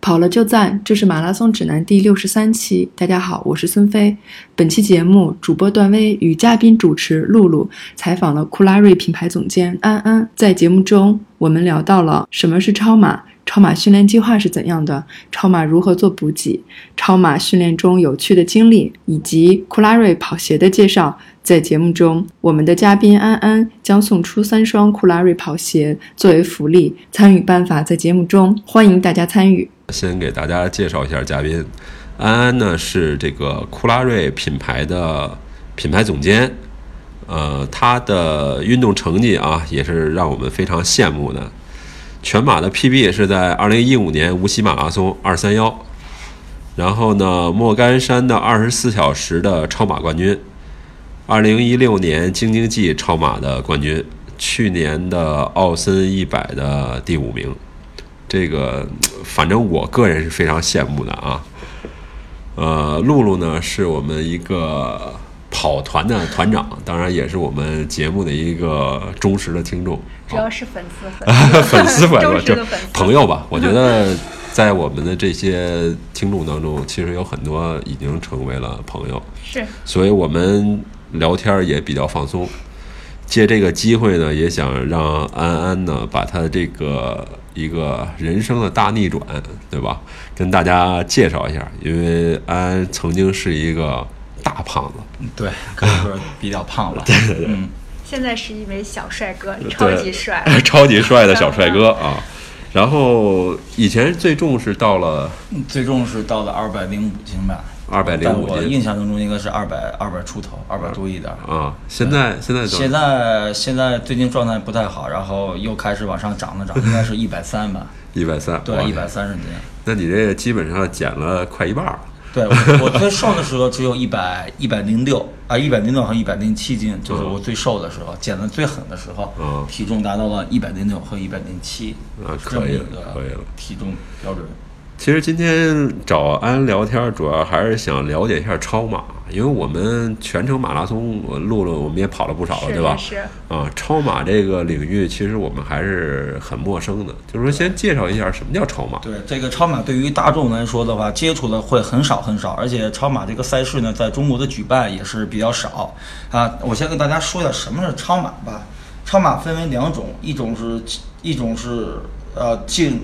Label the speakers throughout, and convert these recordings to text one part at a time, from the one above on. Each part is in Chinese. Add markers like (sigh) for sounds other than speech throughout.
Speaker 1: 跑了就赞，这是马拉松指南第六十三期。大家好，我是孙飞。本期节目，主播段威与嘉宾主持露露采访了库拉瑞品牌总监安安。在节目中，我们聊到了什么是超马，超马训练计划是怎样的，超马如何做补给，超马训练中有趣的经历，以及库拉瑞跑鞋的介绍。在节目中，我们的嘉宾安安将送出三双库拉瑞跑鞋作为福利。参与办法在节目中，欢迎大家参与。
Speaker 2: 先给大家介绍一下嘉宾，安安呢是这个库拉瑞品牌的品牌总监，呃，他的运动成绩啊也是让我们非常羡慕的，全马的 PB 是在二零一五年无锡马拉松二三幺，然后呢莫干山的二十四小时的超马冠军，二零一六年京津冀超马的冠军，去年的奥森一百的第五名。这个反正我个人是非常羡慕的啊。呃，露露呢是我们一个跑团的团长，当然也是我们节目的一个忠实的
Speaker 3: (laughs)
Speaker 2: 听众，
Speaker 3: 主要是粉丝粉
Speaker 2: 丝粉丝吧，
Speaker 3: 忠实
Speaker 2: 就
Speaker 3: 的粉丝
Speaker 2: 朋友吧。我觉得在我们的这些听众当中，其实有很多已经成为了朋友，
Speaker 3: 是
Speaker 2: 所以我们聊天儿也比较放松。借这个机会呢，也想让安安呢把他这个一个人生的大逆转，对吧？跟大家介绍一下，因为安安曾经是一个大胖子， (laughs)
Speaker 4: 对，可以说比较胖了。嗯，
Speaker 3: 现在是一枚小帅哥，超
Speaker 2: (laughs)
Speaker 3: 级帅，
Speaker 2: 对超级帅的小帅
Speaker 4: (laughs)
Speaker 2: 哥啊。然后以前最重是到了
Speaker 4: 嗯最重是到了二百零五斤吧，
Speaker 2: 205
Speaker 4: 但我
Speaker 2: 斤
Speaker 4: 印象当中应该是二百二百出头，二百多一点。
Speaker 2: 啊，现在现在多少
Speaker 4: 现在现在最近状态不太好，然后又开始往上涨了涨，应该是一百三吧，
Speaker 2: 一百三，哇
Speaker 4: 对，一百。三十斤。
Speaker 2: 那你这基本上减了快一半儿了。
Speaker 4: 对我我最瘦的时候只有一百一百零六啊，一百零六和一百零七斤，就是我最瘦的时候，减的最狠的时候，
Speaker 2: 嗯
Speaker 4: 体重达到了一百零六和一百零七，
Speaker 2: 啊
Speaker 4: 是这么
Speaker 2: 可以
Speaker 4: 一
Speaker 2: 了
Speaker 4: 个
Speaker 2: 可以了
Speaker 4: 体重标准。
Speaker 2: 其实今天找安聊天，主要还是想了解一下超马，因为我们全程马拉松，我录了，我们也跑了不少了，
Speaker 3: 是
Speaker 2: 对吧？
Speaker 3: 是
Speaker 2: 啊，超马这个领域，其实我们还是很陌生的。就是说，先介绍一下什么叫超马。
Speaker 4: 对这个超马，对于大众来说的话，接触的会很少很少，而且超马这个赛事呢，在中国的举办也是比较少啊。我先跟大家说一下什么是超马吧。超马分为两种，一种是一种是呃竞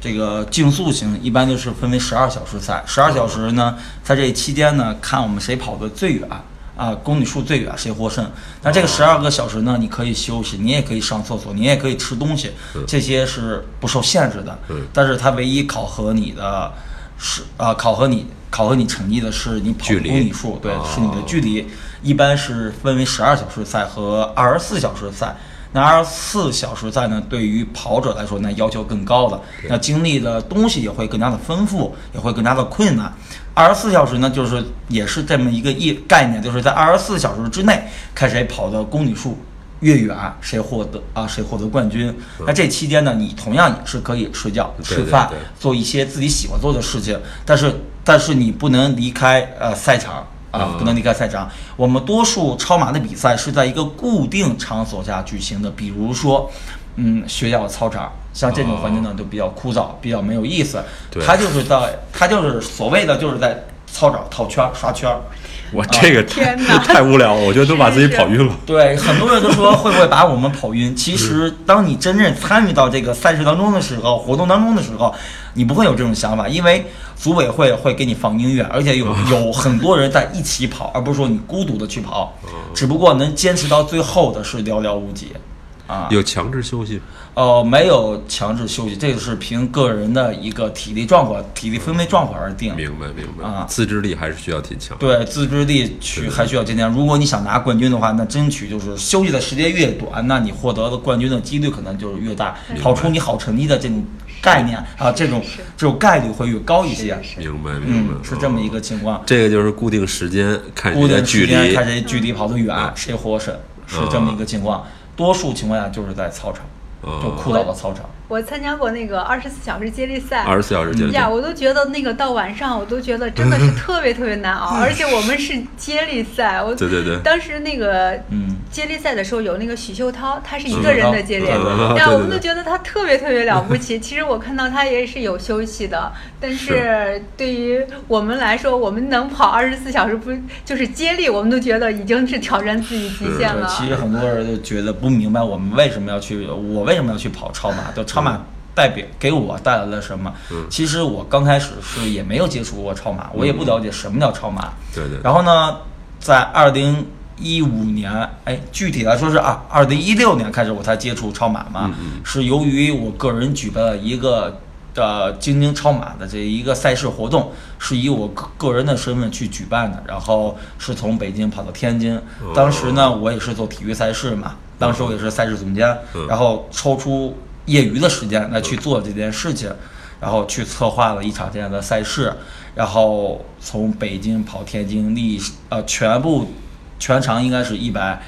Speaker 4: 这个竞速型，一般就是分为十二小时赛。十二小时呢，在这期间呢，看我们谁跑得最远。啊，公里数最远谁获胜？那这个十二个小时呢？你可以休息，你也可以上厕所，你也可以吃东西，这些是不受限制的。但是它唯一考核你的是啊，考核你考核你成绩的是你跑
Speaker 2: 距
Speaker 4: 的
Speaker 2: 离
Speaker 4: 公里数，对，
Speaker 2: 哦
Speaker 4: 是你的距离。一般是分为十二小时赛和二十四小时赛。那二十四小时赛呢，对于跑者来说呢，要求更高了，那经历的东西也会更加的丰富，也会更加的困难。二十四小时呢，就是也是这么一个一概念，就是在二十四小时之内，看谁跑的公里数越远，谁获得啊谁获得冠军。那这期间呢，你同样也是可以睡觉、
Speaker 2: 嗯对
Speaker 4: 吃
Speaker 2: 对
Speaker 4: 饭
Speaker 2: 对，
Speaker 4: 做一些自己喜欢做的事情，但是但是你不能离开呃赛场啊
Speaker 2: 啊，
Speaker 4: 不能离开赛场。我们多数超马的比赛是在一个固定场所下举行的，比如说，嗯，学校操场，像这种环境呢就比较枯燥，比较没有意思
Speaker 2: 对。
Speaker 4: 它就是在它就是所谓的就是在操场套圈儿刷圈儿。
Speaker 2: 我这个太
Speaker 3: 天哪
Speaker 2: 太无聊了，我觉得都把自己
Speaker 3: 是是
Speaker 2: 跑晕了。
Speaker 4: 对，很多人都说会不会把我们跑
Speaker 2: (laughs)
Speaker 4: 晕？其实，当你真正参与到这个赛事当中的时候，活动当中的时候，你不会有这种想法，因为组委会会给你放音乐，而且有
Speaker 2: 嗯
Speaker 4: 有很多人在一起跑，而不是说你孤独的去跑。
Speaker 2: 嗯
Speaker 4: 只不过能坚持到最后的是寥寥无几，啊，
Speaker 2: 有强制休息，
Speaker 4: 呃，没有强制休息，这个是凭个人的一个体力状况、体力分配状况而定。
Speaker 2: 明白明白
Speaker 4: 啊，
Speaker 2: 自制力还是需要挺强。
Speaker 4: 对，自制力去还需要增加。如果你想拿冠军的话，那争取就是休息的时间越短，那你获得的冠军的几率可能就是越大，跑出你好成绩的这种概念啊，这种这种概率会越高一些。
Speaker 3: 是
Speaker 2: 明白明白
Speaker 4: 嗯，，是这么一个情况
Speaker 2: 哦。。这个就是固定时间，看
Speaker 4: 固
Speaker 2: 你的
Speaker 4: 定
Speaker 2: 距
Speaker 4: 时间
Speaker 2: 离
Speaker 4: 看谁距离跑得远，谁获胜，是这么一个情况。多数情况下就是在操场，
Speaker 2: 哦
Speaker 4: 就枯燥的操场。
Speaker 3: 我参加过那个二十四小时接力赛，
Speaker 2: 二十四小时接力
Speaker 3: 呀，。我都觉得那个到晚上，我都觉得真的是特别特别难熬，而且我们是接力赛，我
Speaker 2: 嗯对对对
Speaker 3: 当时那个
Speaker 4: 嗯
Speaker 3: 接力赛的时候有那个许秀涛，他是一个人的接力，呀，我们都觉得他特别特别了不起。其实我看到他也是有休息的，但是对于我们来说，我们能跑二十四小时不就是接力，我们都觉得已经是挑战自己极限了。
Speaker 4: 其实很多人就觉得不明白我们为什么要去，我为什么要去跑超马？就超马。代表给我带来了什么？其实我刚开始是也没有接触过超马，我也不了解什么叫超马。
Speaker 2: 对对。
Speaker 4: 然后呢，在二零一五年，哎，具体来说是二二零一六年开始我才接触超马嘛，
Speaker 2: 嗯
Speaker 4: 是由于我个人举办了一个呃京津超马的这一个赛事活动，是以我个个人的身份去举办的，然后是从北京跑到天津。
Speaker 2: 哦
Speaker 4: 当时呢，我也是做体育赛事嘛，当时我也是赛事总监，
Speaker 2: 嗯
Speaker 4: 然后抽出。业余的时间来去做这件事情，然后去策划了一场这样的赛事，然后从北京跑天津，历呃全部全长应该是一百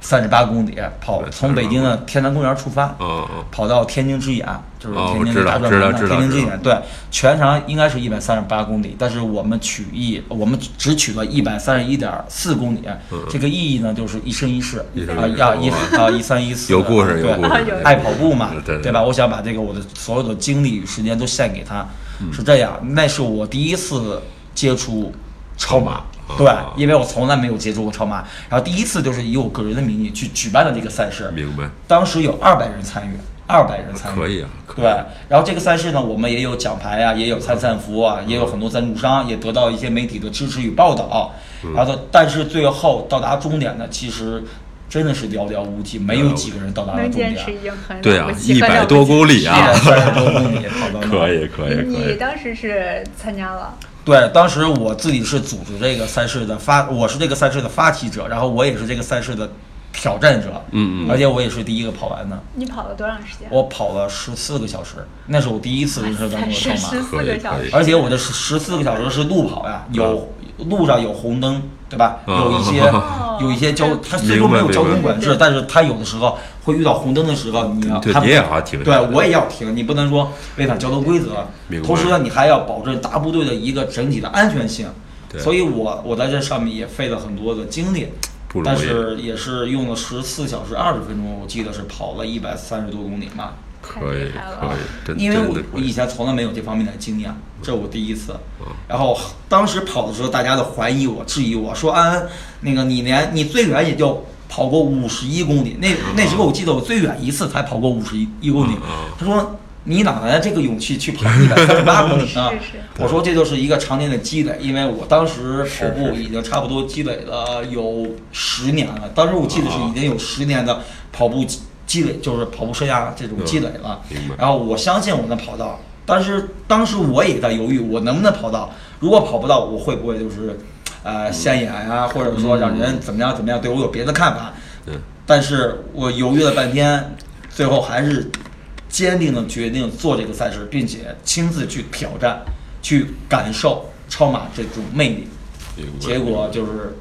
Speaker 4: 三十八公里，跑从北京的天坛公园出发，
Speaker 2: 哦哦
Speaker 4: 跑到天津之眼，就是天
Speaker 2: 哦
Speaker 4: 津
Speaker 2: 我知
Speaker 4: 的
Speaker 2: 道
Speaker 4: 大转
Speaker 2: 知道
Speaker 4: 盘
Speaker 2: 知
Speaker 4: 的
Speaker 2: 道
Speaker 4: 天津之
Speaker 2: 知道
Speaker 4: 眼，对，全长应该是一百三十八公里，但是我们取一，我们只取了一百三十一点四公里，这个意义呢就是一生一世
Speaker 2: 嗯一生
Speaker 4: 啊
Speaker 2: 一世
Speaker 4: 要一
Speaker 2: 哇
Speaker 4: 啊一三一四
Speaker 2: 有故事有
Speaker 4: 对
Speaker 2: 故事
Speaker 3: 有
Speaker 4: 爱跑步嘛
Speaker 2: 对，对
Speaker 4: 对吧？我想把这个我的所有的精力与时间都献给他，
Speaker 2: 嗯
Speaker 4: 是这样。那是我第一次接触超马，
Speaker 2: 超马
Speaker 4: 对
Speaker 2: 啊，
Speaker 4: 因为我从来没有接触过超马，然后第一次就是以我个人的名义去举办的这个赛事，
Speaker 2: 明白，
Speaker 4: 当时有二百人参与，二百人参与，
Speaker 2: 可以啊可以
Speaker 4: 对。然后这个赛事呢，我们也有奖牌啊，也有参赛服啊，也有很多赞助商，也得到一些媒体的支持与报道。
Speaker 2: 嗯
Speaker 4: 然后呢，但是最后到达终点呢，其实真的是寥寥无几，没有几个人到达了
Speaker 3: 能
Speaker 4: 终点
Speaker 3: 坚。
Speaker 4: (laughs)
Speaker 3: 持已经很
Speaker 2: 对
Speaker 3: 了
Speaker 2: 啊
Speaker 3: 不，起
Speaker 2: 一
Speaker 3: 很了
Speaker 2: 百
Speaker 3: 不
Speaker 2: 多
Speaker 3: 起
Speaker 2: 公里啊，
Speaker 4: 三十多公里跑到那儿
Speaker 2: 可以可以可
Speaker 3: 你
Speaker 2: 以，
Speaker 3: 当时是参加了，
Speaker 4: 对，当时我自己是组织这个赛事的发，我是这个赛事的发起者，然后我也是这个赛事的挑战者，嗯嗯，而且我也是第一个跑完的，
Speaker 3: 你跑了多长时间？
Speaker 2: 哦
Speaker 4: 我跑了十四个小时，那是我第一次人生当中的超
Speaker 3: 是
Speaker 4: 马
Speaker 3: 十，四个小时，
Speaker 4: 而且我这十四个小时是路跑
Speaker 2: 嗯
Speaker 4: 呀，有路上有红灯，对吧？
Speaker 2: 啊
Speaker 4: 有一些、
Speaker 2: (laughs)
Speaker 3: 哦
Speaker 4: 有一些交，它虽
Speaker 2: 明
Speaker 4: 说
Speaker 2: 白
Speaker 4: 没有交
Speaker 2: 明
Speaker 4: 通
Speaker 2: 白
Speaker 4: 管制，但是它有的时候会遇到红灯的时候，你要
Speaker 2: 嗯对
Speaker 4: 它
Speaker 2: 你也要停下
Speaker 4: 对
Speaker 2: 来
Speaker 4: 我也要停，你不能说违反交通规则
Speaker 2: 明。白
Speaker 4: 同时呢，你还要保证大部队的一个整体的安全性。
Speaker 2: 对
Speaker 4: 所以我我在这上面也费了很多的精力
Speaker 2: 不。容易
Speaker 4: 但是也是用了十四小时二十分钟，我记得是跑了一百三十多公里嘛。
Speaker 3: 太
Speaker 2: 可以
Speaker 3: 厉害了
Speaker 2: 可以，真
Speaker 4: 因为
Speaker 2: 真
Speaker 4: 我
Speaker 2: 的可
Speaker 4: 我
Speaker 2: 以
Speaker 4: 以前从来没有这方面的经验，这是我第一次。
Speaker 2: 嗯
Speaker 4: 然后当时跑的时候，大家都怀疑我、质疑我说：“安安，那个你连你最远也就跑过五十一公里，那
Speaker 2: 嗯
Speaker 4: 那时候我记得我最远一次才跑过五十一公里。”他说。你哪来的这个勇气去跑一百三十八公里呢
Speaker 3: (laughs) 是是？
Speaker 4: 我说这就是一个常年的积累，因为我当时跑步已经差不多积累了有十年了，当时我记得
Speaker 2: 啊
Speaker 4: 是已经有十年的跑步积积累，就是跑步生涯这种积累了。
Speaker 2: 嗯明白
Speaker 4: 然后我相信我能跑到，但是当时我也在犹豫，我能不能跑到？如果跑不到，我会不会就是，
Speaker 2: 嗯
Speaker 4: 呃，现眼呀、或者说让人怎么样怎么样，对我有别的看法？
Speaker 2: 嗯。
Speaker 4: 但是我犹豫了半天，最后还是坚定的决定做这个赛事，并且亲自去挑战，去感受超马这种魅力。
Speaker 2: 明白
Speaker 4: 结果就是，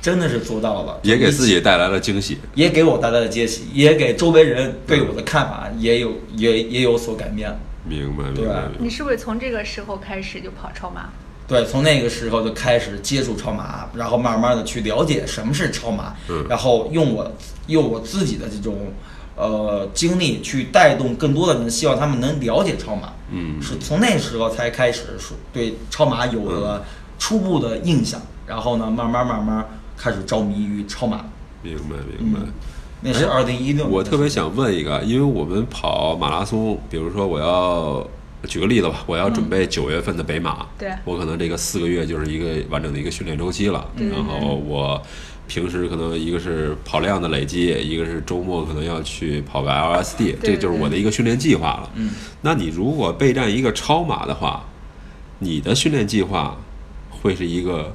Speaker 4: 真的是做到了，
Speaker 2: 也给自己带来了惊喜，
Speaker 4: 也给我带来了惊喜，也给周围人对我的看法也有也也有所改变。
Speaker 2: 明白明
Speaker 4: 对啊
Speaker 2: 白
Speaker 4: 吧，
Speaker 2: 明白
Speaker 3: 你是不是从这个时候开始就跑超马？
Speaker 4: 对，从那个时候就开始接触超马，然后慢慢的去了解什么是超马，
Speaker 2: 嗯
Speaker 4: 然后用我用我自己的这种呃经历去带动更多的人，希望他们能了解超马。嗯，是从那时候才开始说对超马有
Speaker 2: 嗯
Speaker 4: 了初步的印象，然后呢，慢慢慢慢开始着迷于超马。
Speaker 2: 明白明白。
Speaker 4: 那是二零一六。
Speaker 2: 哎我特别想问一个，因为我们跑马拉松，比如说我要举个例子吧，我要准备九月份的北马，
Speaker 3: 嗯对
Speaker 2: 我可能这个四个月就是一个完整的一个训练周期了。然后我平时可能一个是跑量的累积，一个是周末可能要去跑个 LSD，这
Speaker 3: 对
Speaker 2: 就是我的一个训练计划了。
Speaker 4: 嗯，
Speaker 2: 那你如果备战一个超马的话，你的训练计划会是一个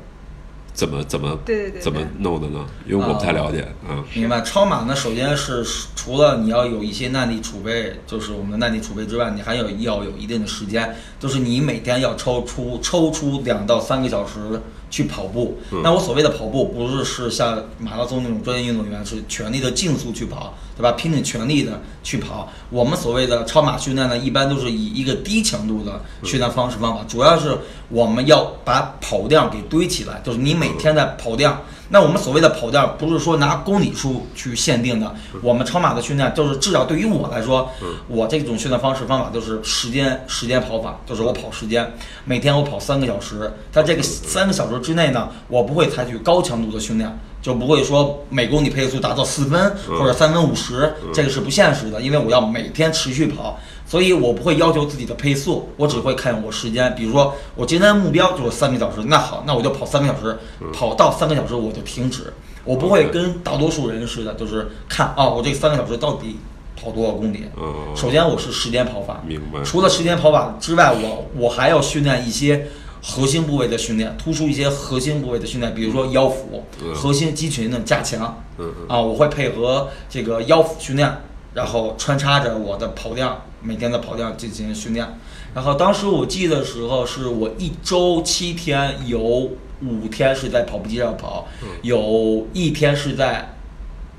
Speaker 2: 怎么怎么
Speaker 3: 对对对呃
Speaker 2: 怎么弄的呢？因为我不太了解啊。
Speaker 4: 明白，超马呢，首先是除了你要有一些耐力储备，就是我们的耐力储备之外，你还有要有一定的时间，就是你每天要抽出抽出两到三个小时去跑步。那我所谓的跑步，不是是像马拉松那种专业运动员是全力的竞速去跑，对吧？拼尽全力的去跑。我们所谓的超马训练呢，一般都是以一个低强度的训练方式方法，主要是我们要把跑量给堆起来，就是你每天的跑量。那我们所谓的跑量，不是说拿公里数去限定的。我们超马的训练，就是至少对于我来说，我这种训练方式方法就是时间时间跑法，就是我跑时间，每天我跑三个小时。在这个三个小时之内呢，我不会采取高强度的训练，就不会说每公里配速达到四分或者三分五十，这个是不现实的，因为我要每天持续跑。所以我不会要求自己的配速，我只会看我时间。比如说，我今天的目标就是三个小时，那好，那我就跑三个小时，跑到三个小时我就停止。我不会跟大多数人似的，就是看啊，我这三个小时到底跑多少公里。
Speaker 2: 嗯
Speaker 4: 首先我是时间跑法，
Speaker 2: 明白
Speaker 4: 除了时间跑法之外，我我还要训练一些核心部位的训练，突出一些核心部位的训练，比如说腰腹、核心肌群的加强。
Speaker 2: 嗯
Speaker 4: 啊，我会配合这个腰腹训练，然后穿插着我的跑量，每天的跑量进行训练。然后当时我记得时候是我一周七天有五天是在跑步机上跑，
Speaker 2: 嗯
Speaker 4: 有一天是在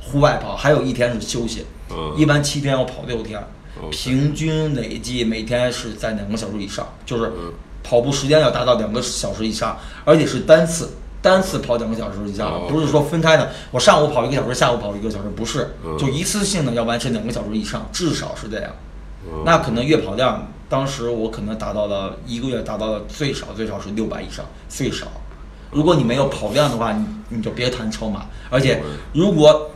Speaker 4: 户外跑，还有一天是休息。
Speaker 2: 嗯
Speaker 4: 一般七天我跑六天，
Speaker 2: OK
Speaker 4: 平均累计每天是在两个小时以上，就是
Speaker 2: 嗯
Speaker 4: 跑步时间要达到两个小时以上，而且是单次。单次跑两个小时以上，
Speaker 2: 哦
Speaker 4: 不是说分开的。我上午跑一个小时，下午跑一个小时，不是
Speaker 2: 嗯，
Speaker 4: 就一次性的要完成两个小时以上，至少是这样。那可能月跑量，当时我可能达到了一个月达到了最少最少是六百以上，最少。如果你没有跑量的话，你你就别谈超马。而且如果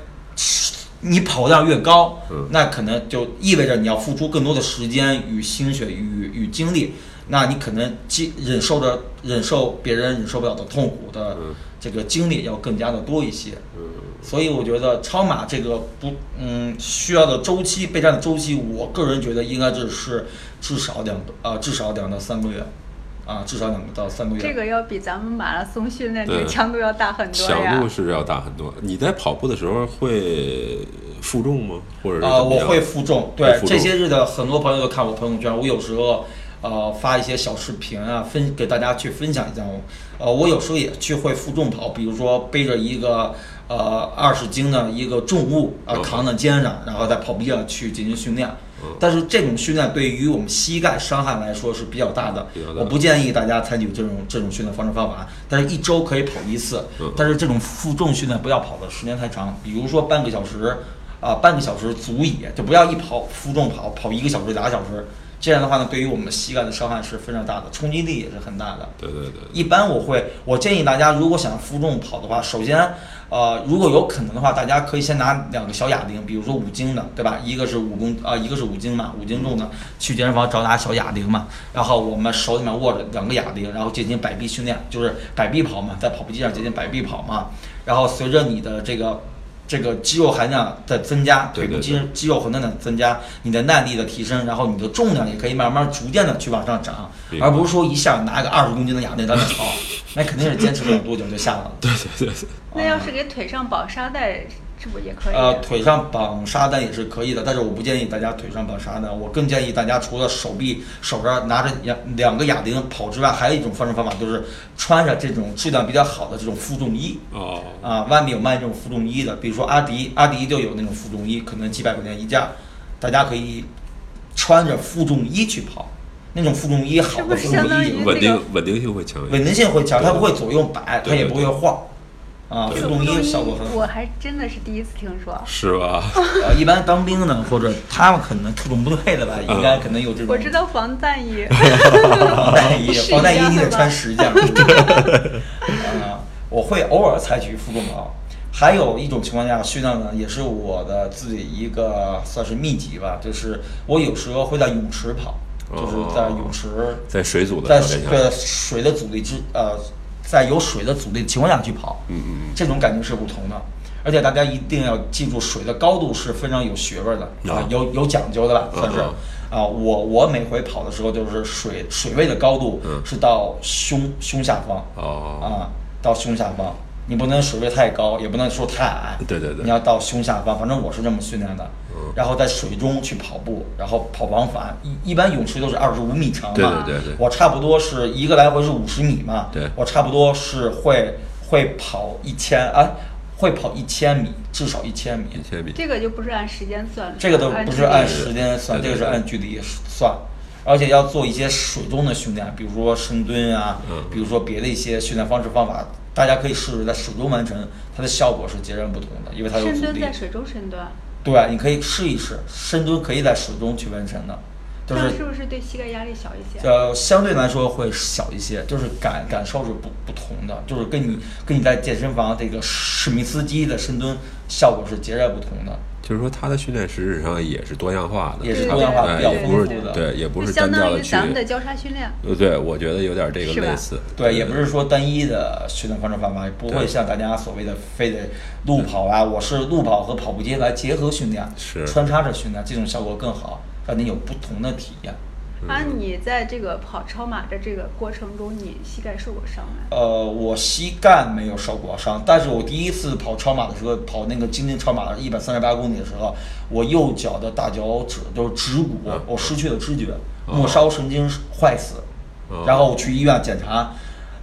Speaker 4: 你跑量越高，那可能就意味着你要付出更多的时间与心血与与精力，那你可能经忍受着忍受别人忍受不了的痛苦的这个经历要更加的多一些。所以我觉得超马这个不，嗯，需要的周期备战的周期，我个人觉得应该只是至少两个啊、至少两到三个月，啊，至少两到三个月。
Speaker 3: 这个要比咱们马拉松训练这个
Speaker 2: 对
Speaker 3: 强度要大很多呀。
Speaker 2: 强度是要大很多。你在跑步的时候会负重吗？或者是怎
Speaker 4: 啊、
Speaker 2: 么
Speaker 4: 我
Speaker 2: 样
Speaker 4: 会负重。
Speaker 2: 会
Speaker 4: 对
Speaker 2: 负，重
Speaker 4: 这些日子很多朋友都看我朋友圈，我有时候呃发一些小视频啊，分给大家去分享一下我。呃，我有时候也去会负重跑，比如说背着一个呃二十斤的一个重物啊、
Speaker 2: 嗯
Speaker 4: 扛在肩上，然后在跑步机上去进行训练。
Speaker 2: 哦
Speaker 4: 但是这种训练对于我们膝盖伤害来说是比较大的
Speaker 2: 比较，大
Speaker 4: 我不建议大家采取这种这种训练方式方法。但是一周可以跑一次，
Speaker 2: 嗯
Speaker 4: 但是这种负重训练不要跑的时间太长，比如说半个小时啊、半个小时足以，就不要一跑负重跑跑一个小时俩小时，这样的话呢，对于我们膝盖的伤害是非常大的，冲击力也是很大的。
Speaker 2: 对对对，
Speaker 4: 一般我会，我建议大家如果想负重跑的话，首先，呃，如果有可能的话，大家可以先拿两个小哑铃，比如说五斤的，对吧？一个是五公啊、一个是五斤嘛，五斤重
Speaker 2: 嗯
Speaker 4: 的，去健身房找拿小哑铃嘛，然后我们手里面握着两个哑铃，然后进行摆臂训练，就是摆臂跑嘛，在跑步机上进行摆臂跑嘛，然后随着你的这个。这个肌肉含量的增加，
Speaker 2: 对
Speaker 4: 腿部
Speaker 2: 对
Speaker 4: 肌肌肉含量的增加，你的耐力的提升，然后你的重量也可以慢慢逐渐的去往上涨，
Speaker 2: 明白
Speaker 4: 而不是说一下拿个二十公斤的哑铃在那
Speaker 2: (laughs)
Speaker 4: 跑，那肯定是坚持不了多久就下来了。对，
Speaker 3: 那
Speaker 2: 啊
Speaker 3: 要是给腿上绑沙袋，是不是也可以？
Speaker 4: 呃，腿上绑沙袋也是可以的，但是我不建议大家腿上绑沙袋，我更建议大家除了手臂手上拿着两两个哑铃跑之外，还有一种方式方法就是穿着这种质量比较好的这种负重衣。
Speaker 2: 哦，
Speaker 4: 啊，外面有卖这种负重衣的，比如说阿迪，阿迪就有那种负重衣，可能几百块钱一件儿，大家可以穿着负重衣去跑，那种负重衣好
Speaker 3: 是不
Speaker 4: 的
Speaker 3: 是
Speaker 4: 负重
Speaker 3: 相当
Speaker 4: 衣
Speaker 3: 于
Speaker 4: 有
Speaker 2: 稳
Speaker 3: 这个
Speaker 2: 定稳定性会强一
Speaker 4: 稳
Speaker 2: 点。
Speaker 4: 定性会强，它不会左右摆，它
Speaker 2: 对
Speaker 4: 也
Speaker 2: 对
Speaker 4: 不会晃，啊，
Speaker 3: 这
Speaker 4: 负
Speaker 3: 个
Speaker 4: 重
Speaker 3: 不
Speaker 4: 衣
Speaker 3: 中
Speaker 4: 效果很好。
Speaker 3: 我还真的是第一次听说。
Speaker 2: 是
Speaker 4: (laughs)
Speaker 2: 吧？
Speaker 4: 呃，一般当兵的或者他们可能特种部队的吧，应该可能有这种。
Speaker 3: 我知道防弹衣， (laughs)
Speaker 4: (laughs) 防弹衣，
Speaker 3: 是
Speaker 4: 防弹
Speaker 3: 一样
Speaker 4: 衣你
Speaker 3: 的
Speaker 4: 得
Speaker 3: 吗
Speaker 4: 穿十件儿。
Speaker 2: (laughs)
Speaker 4: 啊，我会偶尔采取负重跑。还有一种情况下训练呢，也是我的自己一个算是秘籍吧，就是我有时候会在泳池跑，就是在泳池，
Speaker 2: 哦在水组的
Speaker 4: 在
Speaker 2: 条件下，
Speaker 4: 对水的阻力之呃，在有水的阻力的情况下去跑，
Speaker 2: 嗯嗯嗯
Speaker 4: 这种感觉是不同的。而且大家一定要记住，水的高度是非常有学问的
Speaker 2: 啊
Speaker 4: 啊，有有讲究的吧，
Speaker 2: 嗯
Speaker 4: 算是
Speaker 2: 嗯
Speaker 4: 啊。我我每回跑的时候，就是水水位的高度
Speaker 2: 嗯
Speaker 4: 是到胸胸下方
Speaker 2: 哦，
Speaker 4: 啊，到胸下方，你不能水位太高，也不能说太矮，
Speaker 2: 对对对嗯
Speaker 4: 你要到胸下方。反正我是这么训练的。然后在水中去跑步，然后跑往返。一一般泳池都是二十五米长嘛，
Speaker 2: 对对对对
Speaker 4: 我差不多是一个来回是五十米嘛，
Speaker 2: 对
Speaker 4: 我差不多是会会跑一千啊，会跑一千米，至少一千米。
Speaker 2: 一千米，
Speaker 3: 这个就不是按时间算的，
Speaker 4: 这个都不是按
Speaker 3: 距离
Speaker 4: 时间算，这
Speaker 2: 对对
Speaker 4: 个是按距离算，而且要做一些水中的训练，比如说深蹲啊，比如说别的一些训练方式方法，大家可以试试在水中完成，它的效果是截然不同的，因为它有
Speaker 3: 深
Speaker 4: 阻
Speaker 3: 蹲
Speaker 4: 力
Speaker 3: 在。水中深蹲，
Speaker 4: 对，你可以试一试，深蹲可以在水中去完成的，就
Speaker 3: 这
Speaker 4: 是
Speaker 3: 样是不是对膝盖压力小一些？
Speaker 4: 呃，相对来说会小一些，就是感感受是不不同的，就是跟你跟你在健身房这个史密斯基的深蹲效果是截然不同的，
Speaker 2: 就是说他的训练实质上也是多样化的，
Speaker 4: 也是
Speaker 3: 对
Speaker 4: 多样化
Speaker 3: 对
Speaker 4: 比较
Speaker 2: 哎也
Speaker 4: 丰
Speaker 2: 不
Speaker 4: 富
Speaker 2: 是
Speaker 4: 的。
Speaker 2: 对，也不
Speaker 3: 就是相
Speaker 2: 单调
Speaker 3: 当
Speaker 2: 的
Speaker 3: 于
Speaker 2: 去
Speaker 3: 咱，们的交叉训练。
Speaker 2: 呃，对，我觉得有点这个
Speaker 3: 是吧
Speaker 2: 类似，
Speaker 4: 对，也不是说单一的训练方式方法，也不会像大家所谓的非得路跑啊，我是路跑和跑步机来结合训练，
Speaker 2: 是
Speaker 4: 穿插着训练，这种效果更好，让你有不同的体验。
Speaker 2: 嗯
Speaker 3: 啊，你在这个跑超马的这个过程中，你膝盖受过伤吗？
Speaker 4: 呃，我膝盖没有受过伤，但是我第一次跑超马的时候，跑那个京津超马一百三十八公里的时候，我右脚的大脚趾就是趾骨，
Speaker 2: 嗯
Speaker 4: 我失去了知觉，末梢神经坏死，
Speaker 2: 哦
Speaker 4: 然后我去医院检查，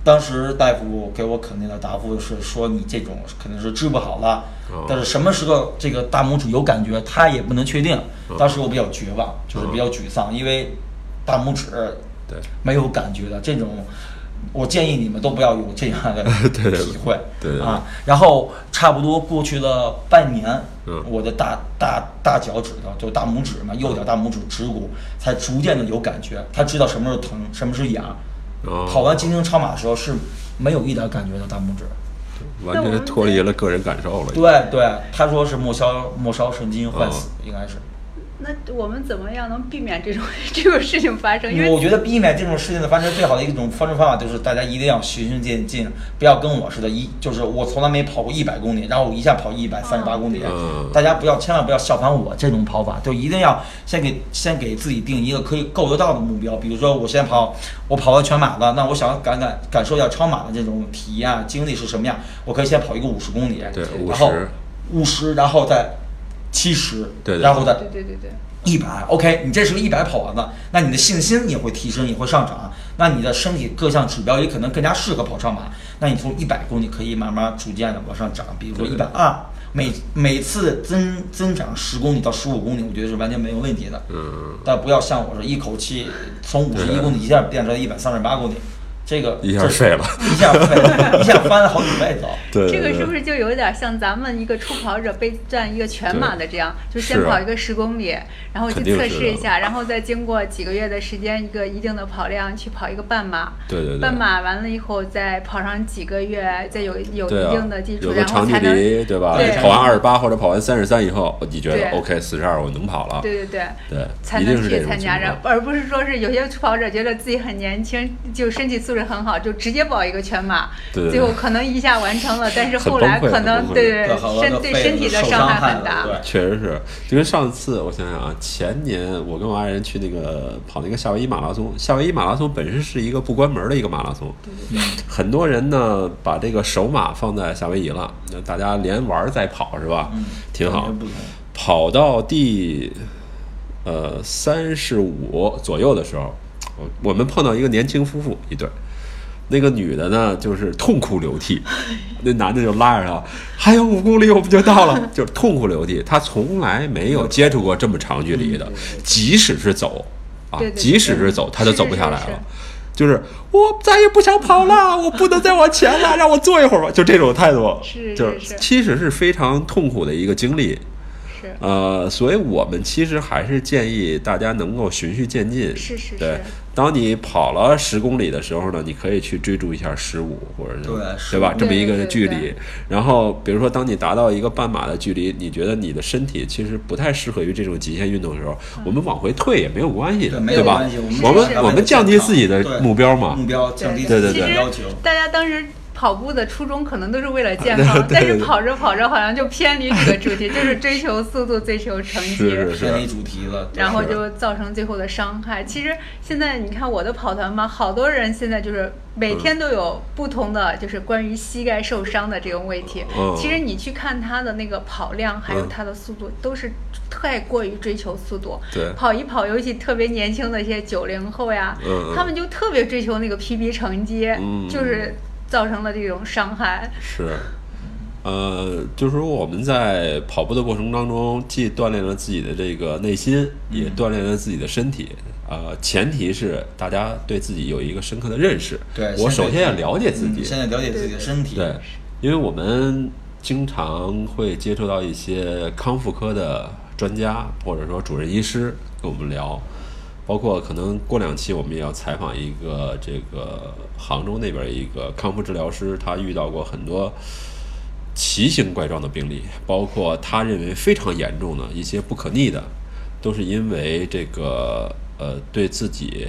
Speaker 4: 当时大夫给我肯定的答复是说你这种肯定是治不好了，
Speaker 2: 哦
Speaker 4: 但是什么时候这个大拇指有感觉，他也不能确定。
Speaker 2: 哦
Speaker 4: 当时我比较绝望，就是比较沮丧，因为大拇指
Speaker 2: 对
Speaker 4: 没有感觉的这种，我建议你们都不要有这样的
Speaker 2: (laughs) 对对
Speaker 4: 体会
Speaker 2: 对对对
Speaker 4: 啊。然后差不多过去了半年，
Speaker 2: 嗯
Speaker 4: 我的大大大脚趾头就大拇指嘛，右脚大拇指指骨才逐渐的有感觉，他知道什么时候疼，什么时候痒。
Speaker 2: 哦
Speaker 4: 跑完京津超马的时候是没有一点感觉的大拇
Speaker 2: 哎
Speaker 4: 指。
Speaker 2: 完全脱离了个人感受了。
Speaker 4: 对对，他说是末梢末梢神
Speaker 2: 哦
Speaker 4: 经坏死，应该是。
Speaker 3: 那我们怎么样能避免这种 (laughs) 这种事情发生？因
Speaker 4: 我
Speaker 3: 为
Speaker 4: 觉得避免这种事情的发生，最好的一种方式方法就是大家一定要循序渐进，不要跟我似的，一就是我从来没跑过一百公里，然后我一下跑一百三十八公里
Speaker 2: 嗯，
Speaker 4: 大家不要千万不要效仿我这种跑法，就一定要先给先给自己定一个可以够得到的目标，比如说我先跑，我跑完全马了，那我想感感感受一下超马的这种体验啊经历是什么样，我可以先跑一个五十公里，
Speaker 2: 对
Speaker 4: 然后
Speaker 2: 50
Speaker 4: 五十，然后再七十，
Speaker 2: 对对
Speaker 4: 然后再
Speaker 3: 对对对对，
Speaker 4: 一百，OK，你这时候一百跑完了，那你的信心也会提升，也会上涨，那你的身体各项指标也可能更加适合跑超马。那你从一百公里可以慢慢逐渐的往上涨，比如说一百二，每每次增增长十公里到十五公里，我觉得是完全没有问题的。
Speaker 2: 嗯，
Speaker 4: 但不要像我说一口气从五十一公里一下变成一百三十八公里，这个
Speaker 2: 一下
Speaker 4: 这
Speaker 2: 废了，
Speaker 4: 一下废了，一下翻了好几倍走。
Speaker 2: 对，
Speaker 3: 这个是不
Speaker 2: 是？
Speaker 3: 是就有点像咱们一个初跑者备战一个全马的这样，就先
Speaker 2: 是啊
Speaker 3: 跑一个十公里，然后去
Speaker 2: 肯定
Speaker 3: 测
Speaker 2: 是
Speaker 3: 试一
Speaker 2: 的
Speaker 3: 下，然后再经过几个月的时间，一个一定的跑量去跑一个半马。
Speaker 2: 对对对，
Speaker 3: 半马完了以后，再跑上几个月，再有有
Speaker 2: 对
Speaker 3: 一
Speaker 2: 啊
Speaker 3: 定的基础，
Speaker 2: 有个
Speaker 3: 然后
Speaker 2: 长距
Speaker 3: 才能
Speaker 2: 离，对吧？
Speaker 3: 对
Speaker 2: 跑完二十八或者跑完三十三以后，你觉得
Speaker 3: 对
Speaker 2: OK 四十二我能跑了，
Speaker 3: 对对对，才
Speaker 2: 对，一定
Speaker 3: 能
Speaker 2: 是这
Speaker 3: 去
Speaker 2: 种
Speaker 3: 参
Speaker 2: 情
Speaker 3: 加，然
Speaker 2: 况。
Speaker 3: 而不是说是有些跑者觉得自己很年轻，就身体素质很好，就 (laughs) 直接跑一个全马，
Speaker 2: 对对对
Speaker 3: 最后可能一下完成了，但是
Speaker 2: 很
Speaker 3: 后来
Speaker 2: 崩溃
Speaker 3: 可
Speaker 2: 很
Speaker 3: 能
Speaker 2: 崩溃
Speaker 3: (laughs) 对
Speaker 4: 对好多
Speaker 3: 身
Speaker 4: 的
Speaker 3: 对
Speaker 4: 肺
Speaker 3: 身体的
Speaker 4: 受
Speaker 3: 伤
Speaker 4: 伤
Speaker 3: 害
Speaker 4: 害
Speaker 3: 很
Speaker 4: 了
Speaker 3: 大。
Speaker 4: 对
Speaker 2: 确实是，就跟上次我想想啊，前年我跟我爱人去那个跑那个夏威夷马拉松，夏威夷马拉松本身是一个不关门的一个马拉松，很多人呢把这个首马放在夏威夷了，那大家连玩儿再跑是吧？
Speaker 4: 嗯，
Speaker 2: 挺好
Speaker 4: 完全。不同
Speaker 2: 跑到第呃三十五左右的时候，我我们碰到一个年轻夫妇一对儿，那个女的呢就是痛哭流
Speaker 3: (laughs)
Speaker 2: 涕，那男的就拉着她，还有五公里我们就到了，就是痛哭流涕。她从来没有接触过这么长距离
Speaker 3: 嗯
Speaker 2: 的，即使是走啊
Speaker 3: 对，对对
Speaker 2: 即使是走，她都走不下来
Speaker 3: 是是是
Speaker 2: 了。就是我再也不想跑了，
Speaker 3: (laughs)
Speaker 2: 我不能再往前了，让我坐一会儿吧，就这种态度，
Speaker 3: 是
Speaker 2: 就是
Speaker 3: 是
Speaker 2: 其实是非常痛苦的一个经历。
Speaker 3: 是
Speaker 2: 呃，所以我们其实还是建议大家能够循序渐进。
Speaker 3: 是是
Speaker 2: 对
Speaker 3: 是，
Speaker 2: 当你跑了十公里的时候呢，你可以去追逐一下十五或者是
Speaker 4: 对
Speaker 2: 对吧
Speaker 4: 15
Speaker 2: 这么一个
Speaker 3: 对对
Speaker 2: 距
Speaker 3: 对
Speaker 2: 离。然后比如说，当你达到一个半马的距离，你觉得你的身体其实不太适合于这种极限运动的时候，
Speaker 3: 嗯
Speaker 2: 我们往回退也没有关系的，
Speaker 4: 对，没有
Speaker 2: 吧
Speaker 4: 关系，？
Speaker 2: 我
Speaker 4: 们
Speaker 2: 们我们降低自己的目标嘛
Speaker 4: 目。标降低
Speaker 2: 对对
Speaker 4: 自己的
Speaker 2: 对
Speaker 4: 要求
Speaker 3: 其实，大家当时跑步的初衷可能都是为了健
Speaker 2: (laughs)
Speaker 3: 康，但是跑着跑着好像就偏离这个主题，就是追求速度、追求成绩，
Speaker 2: 是是
Speaker 4: 偏离主题了。
Speaker 3: 然后就造成最后的伤害。其实现在你看我的跑团嘛，好多人现在就是每
Speaker 2: 嗯
Speaker 3: 天都有不同的，就是关于膝盖受伤的这个问题。
Speaker 2: 嗯
Speaker 3: 其实你去看他的那个跑量，还有他的速度，都是太过于追求速度。
Speaker 2: 对
Speaker 3: 跑一跑，尤其特别年轻的一些九零后呀，
Speaker 2: 嗯嗯
Speaker 3: 他们就特别追求那个 PB 成绩，
Speaker 2: 嗯
Speaker 3: 就是造成了这种伤害。
Speaker 2: 是，呃，就是说我们在跑步的过程当中，既锻炼了自己的这个内心，也锻炼了自己的身体。呃，前提是大家对自己有一个深刻的认识。
Speaker 4: 对
Speaker 2: 我首先要
Speaker 4: 现在
Speaker 2: 了解自己
Speaker 4: 嗯，现在了解自己的身体，
Speaker 2: 对，因为我们经常会接触到一些康复科的专家或者说主任医师跟我们聊，包括可能过两期我们也要采访一个这个杭州那边一个康复治疗师，他遇到过很多。奇形怪状的病例，包括他认为非常严重的一些不可逆的，都是因为这个呃对自己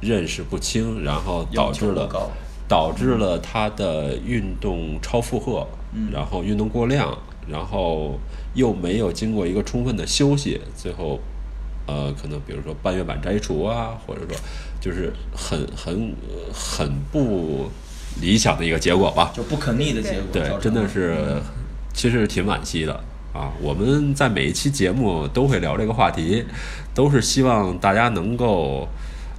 Speaker 2: 认识不清，然后导致
Speaker 4: 要求
Speaker 2: 了
Speaker 4: 不高
Speaker 2: 导致了他的运动超负荷，
Speaker 4: 嗯
Speaker 2: 然后运动过量，然后又没有经过一个充分的休息，最后呃可能比如说半月板摘除啊，或者说就是很很呃很不理想的一个结果吧。
Speaker 4: 就不可逆的结果。
Speaker 2: 对
Speaker 4: 造，成
Speaker 2: 真的是，其实挺惋惜的啊。我们在每一期节目都会聊这个话题，都是希望大家能够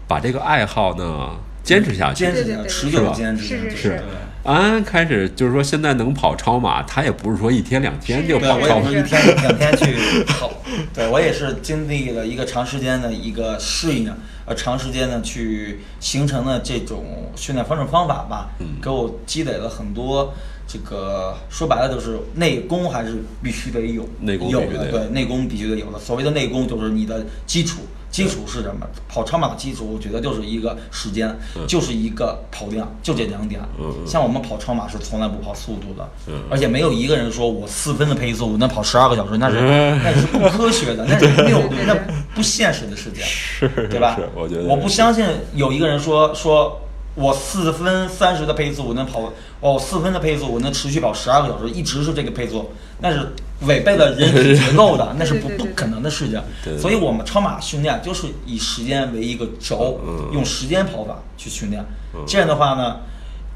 Speaker 2: 把这个爱好呢坚持下去。
Speaker 4: 坚持
Speaker 3: 对对
Speaker 4: 下
Speaker 3: 对
Speaker 4: 去，
Speaker 3: 对
Speaker 4: 持
Speaker 2: 是
Speaker 4: 久
Speaker 2: 吧
Speaker 4: 地坚持下
Speaker 3: 是
Speaker 4: 去，
Speaker 3: 是
Speaker 2: 是安安开始就是说，现在能跑超马，他也不是说一天两天就
Speaker 3: 对
Speaker 4: 对，
Speaker 2: 跑
Speaker 4: 我
Speaker 2: 超
Speaker 4: 也
Speaker 2: 马
Speaker 4: 是一
Speaker 2: (laughs)
Speaker 4: 天两天去跑，对我也是经历了一个长时间的一个适应，呃，长时间的去形成的这种训练方式方法吧，
Speaker 2: 嗯
Speaker 4: 给我积累了很多这个说白了就是内功还是必须得有，
Speaker 2: 内功
Speaker 4: 有
Speaker 2: 必须
Speaker 4: 的
Speaker 2: 得有
Speaker 4: 对内功必须得有的，所谓的内功就是你的基础。基础是什么？跑超马的基础，我觉得就是一个时间，就是一个跑量，就这两点。
Speaker 2: 嗯嗯
Speaker 4: 像我们跑超马是从来不跑速度的，
Speaker 2: 嗯
Speaker 4: 而且没有一个人说我四分的配速我能跑十二个小时，那是
Speaker 2: 嗯
Speaker 4: 那是不科学
Speaker 2: (laughs)
Speaker 4: 的，那是没有
Speaker 3: 对对
Speaker 4: 那
Speaker 3: 对
Speaker 4: 不现实的事情，
Speaker 2: 是
Speaker 4: 对吧
Speaker 2: 是？我觉得
Speaker 4: 我不相信有一个人说说我四分三十的配速我能跑，哦四分的配速我能持续跑十二个小时，一直是这个配速，那是违背了人体结构的，那是不
Speaker 3: (laughs) 对对
Speaker 4: 不
Speaker 3: 对对
Speaker 4: 可能的事情
Speaker 2: 对对。对
Speaker 4: 所以我们超马训练就是以时间为一个轴
Speaker 2: 嗯，
Speaker 4: 用时间跑法去训练，这样的话呢，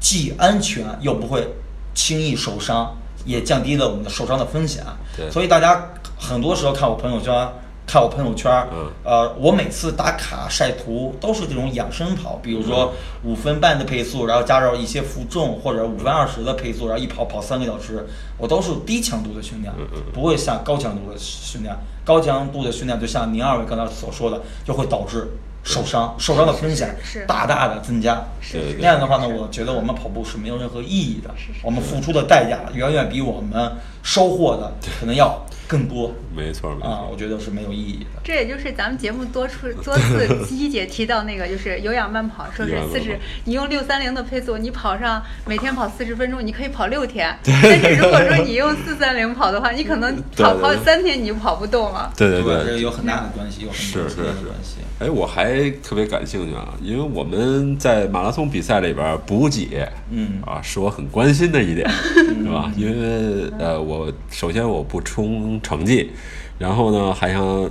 Speaker 4: 既安全又不会轻易受伤，也降低了我们的受伤的风险啊
Speaker 2: 对。
Speaker 4: 所以大家很多时候看我朋友圈。啊看我朋友圈，
Speaker 2: 嗯
Speaker 4: 呃，我每次打卡晒图都是这种养生跑，比如说
Speaker 2: 嗯
Speaker 4: 五分半的配速，然后加上一些负重或者五分二十的配速，然后一跑跑三个小时，我都是低强度的训练，
Speaker 2: 嗯
Speaker 4: 不会像高强度的训练。高强度的训练，就像您二位刚才所说的，就会导致受伤，受伤的风险
Speaker 3: 是是
Speaker 4: 大大的增加。
Speaker 3: 是
Speaker 2: 嗯对对
Speaker 4: 那样的话呢，我觉得我们跑步是没有任何意义的，我们付出的代价远远比我们收获的可能要更多
Speaker 2: 没错没
Speaker 4: 啊，
Speaker 2: 错，
Speaker 4: 我觉得是没有意义的。
Speaker 3: 这也就是咱们节目多处
Speaker 2: (laughs)
Speaker 3: 多次一姐提到那个，就是有氧慢跑，说
Speaker 2: 有
Speaker 3: 是
Speaker 2: 氧慢
Speaker 3: 四十
Speaker 2: 跑，
Speaker 3: 你用六三零的配速，你跑上每天跑四十分钟，你可以跑
Speaker 2: (laughs)
Speaker 3: 六天。但是如果说你用四三零跑的话，你可能
Speaker 2: 对
Speaker 3: 跑
Speaker 2: 对
Speaker 3: 跑
Speaker 2: 对
Speaker 3: 三天你就跑不动了。
Speaker 2: 对对对
Speaker 4: 这，个有很大的关系，有很
Speaker 2: 是
Speaker 4: 多
Speaker 2: 是
Speaker 4: 之间的
Speaker 2: 是
Speaker 4: 关系。
Speaker 2: 哎，我还特别感兴趣啊，因为我们在马拉松比赛里边儿补给，
Speaker 4: 嗯
Speaker 2: 啊，是我很关心的一
Speaker 4: (laughs)
Speaker 2: 点，是吧？因为呃，我首先我不冲成绩，然后呢还想